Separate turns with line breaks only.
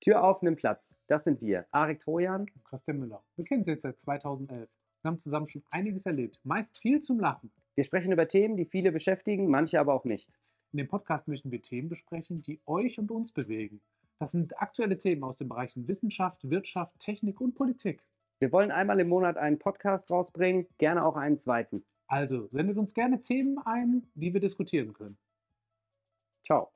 Tür auf, nimm Platz. Das sind wir. Arik Trojan.
und Christian Müller. Wir kennen sie jetzt seit 2011 und haben zusammen schon einiges erlebt, meist viel zum Lachen.
Wir sprechen über Themen, die viele beschäftigen, manche aber auch nicht.
In dem Podcast möchten wir Themen besprechen, die euch und uns bewegen. Das sind aktuelle Themen aus den Bereichen Wissenschaft, Wirtschaft, Technik und Politik.
Wir wollen einmal im Monat einen Podcast rausbringen, gerne auch einen zweiten.
Also sendet uns gerne Themen ein, die wir diskutieren können.
Ciao.